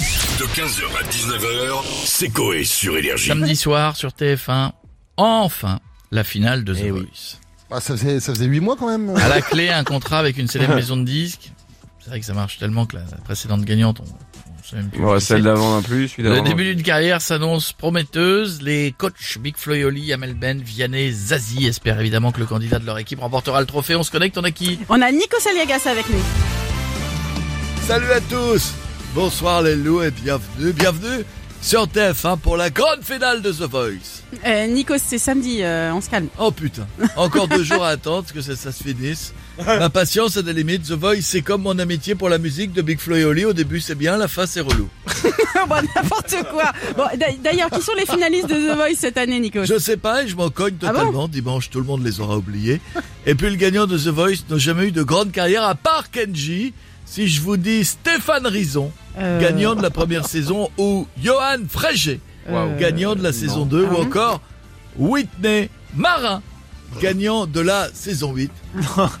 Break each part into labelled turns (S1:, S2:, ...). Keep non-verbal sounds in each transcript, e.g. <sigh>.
S1: De 15h à 19h, c'est Coé sur Énergie.
S2: Samedi soir sur TF1, enfin la finale de The
S3: Eh oui.
S2: Voice.
S4: Ah, ça faisait, ça faisait 8 mois quand même. euh,
S2: À la clé, un contrat avec une célèbre maison de disques. C'est vrai que ça marche tellement que la la précédente gagnante, on, on sait même plus.
S3: Ouais,
S2: qui
S3: celle
S2: c'est.
S3: d'avant non plus, celui d'avant.
S2: Le
S3: non
S2: début
S3: plus.
S2: d'une carrière s'annonce prometteuse. Les coachs Big Floyoli, Amel Ben, Vianney, Zazie espèrent évidemment que le candidat de leur équipe remportera le trophée. On se connecte, on a qui
S5: On a Nico Aliagas avec nous.
S6: Salut à tous Bonsoir les loups et bienvenue, bienvenue sur TF1 pour la grande finale de The Voice.
S5: Euh, Nico, c'est samedi, euh, on se calme. <laughs>
S6: Oh putain, encore deux jours à attendre que ça, ça se finisse. Ma patience a des limites, The Voice c'est comme mon amitié pour la musique de Big Flo et Oli, au début c'est bien, la fin c'est relou.
S5: bon, n'importe quoi. Bon, d'a- d'ailleurs, qui sont les finalistes de The Voice cette année, Nico
S6: Je sais pas et je m'en cogne
S5: Ah bon
S6: totalement, dimanche tout le monde les aura oubliés. Et puis le gagnant de The Voice n'a jamais eu de grande carrière à part Kenji. Si je vous dis Stéphane Rison,
S5: Euh,
S6: gagnant de la première <laughs> saison, ou Johan Frégé,
S5: Waouh.
S6: gagnant de la saison 2
S5: Euh. Ah
S6: ou
S5: ouais
S6: encore Whitney Marin, gagnant de la saison 8.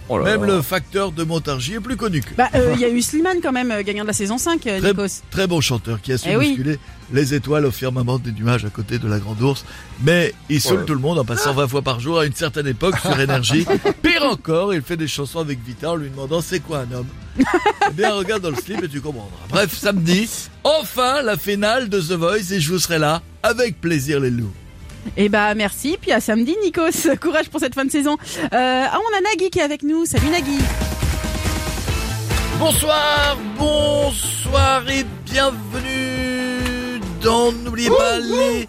S3: Oh là
S6: Même
S3: là.
S6: le facteur de Montargis est plus connu que.
S5: Bah, euh, il y a eu Slimane quand même, euh, gagnant de la saison 5, euh,
S6: Très,
S5: Nikos.
S6: très bon chanteur qui a su
S5: Eh oui.
S6: bousculer les étoiles au firmament des nuages à côté de la Grande Ourse. Mais il saoule tout le monde en passant 20 fois par jour à une certaine époque sur énergie. Pire encore, il fait des chansons avec Vita en lui demandant c'est quoi un homme Eh bien, regarde dans le slip et tu comprendras. Bref, samedi, enfin la finale de The Voice et je vous serai là avec plaisir les loups.
S5: Eh bah, merci. Puis à samedi, Nikos. <laughs> Courage pour cette fin de saison. Euh, ah, on a Nagui qui est avec nous. Salut, Nagui.
S6: Bonsoir, bonsoir et bienvenue dans N'oubliez pas les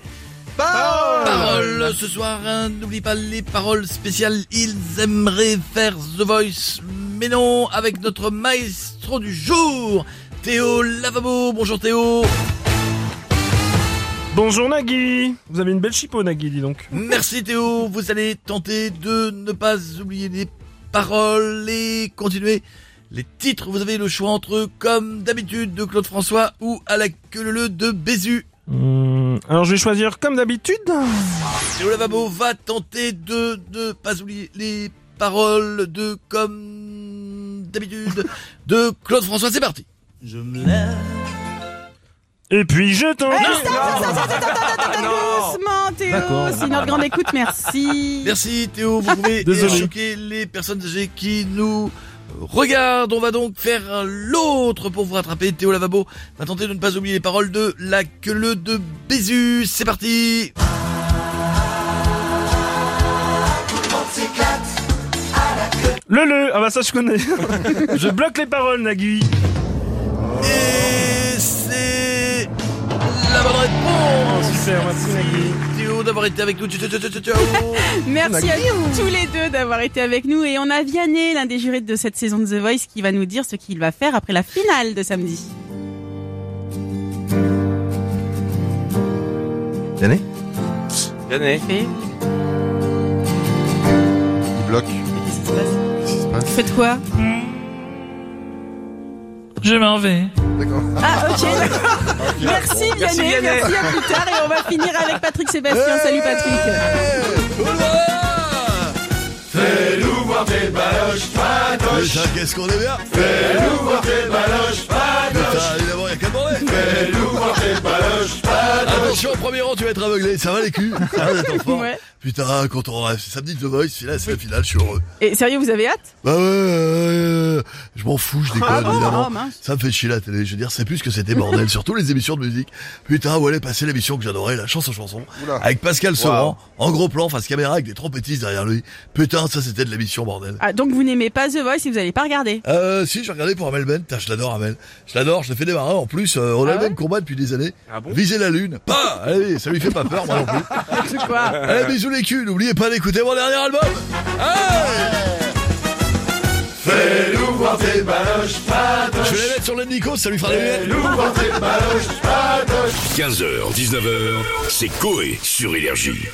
S6: paroles. Ce soir, hein, n'oubliez pas les paroles spéciales. Ils aimeraient faire The Voice, mais non, avec notre maestro du jour, Théo Lavabo. Bonjour Théo.
S7: Bonjour Nagui Vous avez une belle chipo Nagui, dis donc.
S6: Merci Théo, vous allez tenter de ne pas oublier les paroles et continuer. Les titres, vous avez le choix entre eux, comme d'habitude de Claude François ou à la queue leu leu de Bézu.
S7: Hmm, alors je vais choisir comme d'habitude.
S6: Théo Lavabo va tenter de ne pas oublier les paroles de comme <laughs> d'habitude de Claude François. C'est parti. Je me lève.
S7: Et puis je t'en...
S5: Eh, stop, stop, stop, stop, stop, stop, stop, doucement, Théo.
S7: D'accord.
S5: C'est notre grande écoute, merci.
S6: Merci Théo, vous <laughs> pouvez
S7: Désolé.
S6: choquer les personnes âgées qui nous regardent. On va donc faire l'autre pour vous rattraper. Théo Lavabo va tenter de ne pas oublier les paroles de la queue leu de Bézu. C'est parti
S7: Le le Ah bah ça je connais. <laughs> je bloque les paroles Nagui.
S6: Et c'est la bonne réponse
S7: Super, merci Nagui.
S6: Théo d'avoir été avec nous. Ciao, ciao, ciao, ciao, ciao.
S5: Merci à tous les deux d'avoir été avec nous et on a Vianney, l'un des jurés de cette saison de The Voice, qui va nous dire ce qu'il va faire après la finale de samedi.
S3: Vianney.
S5: Fais-
S4: Il bloque.
S5: Qu'est-ce qui se passe Tu fais de quoi
S2: Je m'en vais.
S4: D'accord.
S5: Ah <laughs> ok, d'accord. Merci Vianney,
S3: Vianney.
S5: merci à plus tard et on va finir avec Patrick Sébastien. Salut Patrick.
S6: Oula
S1: Fais-nous voir tes baloches, patoches.
S6: Déjà, qu'est-ce qu'on est bien
S1: Fais-nous voir tes baloches, patoches.
S6: Putain, évidemment, il y a qu'à demander.
S1: Fais-nous voir tes baloches, patoches.
S6: Attention, au premier rang, tu vas être aveuglé. Ça va les <laughs> culs Ça va les enfants
S5: Ouais.
S6: Putain, quand on rêve, c'est samedi The Voice, c'est là, c'est la finale, je suis heureux.
S5: Et sérieux, vous avez hâte
S6: Bah ouais, euh, je m'en fous, je déconne,
S5: Ah bon
S6: évidemment.
S5: Oh, mince.
S6: Ça me fait chier la télé, je veux dire, c'est plus ce que
S5: <laughs>
S6: c'était bordel, sur toutes les émissions de musique. Putain, où elle est passée l'émission que j'adorais, la chanson chanson,
S4: Oula.
S6: avec Pascal Sauran, en gros plan, face caméra, avec des trompettistes derrière lui. Putain, ça c'était de l'émission bordel.
S5: Ah, donc vous n'aimez pas The Voice et vous n'allez pas <laughs> regarder.
S6: Euh, si, j'ai regardé pour Amel Ben. Putain, je l'adore, Amel. Je l'adore, je l'ai fait démarrer. En plus, euh, on a
S5: Ah
S6: le
S5: ouais
S6: même combat depuis des années.
S3: Ah bon
S6: Viser la lune. Pas Allez, ça lui fait pas peur, moi non plus.
S5: C'est quoi
S6: Allez, Eh, bisous les culs. N'oubliez pas d'écouter mon dernier album.
S1: Fais-nous voir tes baloches, patoches.
S6: Je vais les mettre sur le Nico, ça lui fera des lunettes.
S1: Fais-nous voir tes baloches, patoches. 15h, 19h, c'est Coé sur Énergie.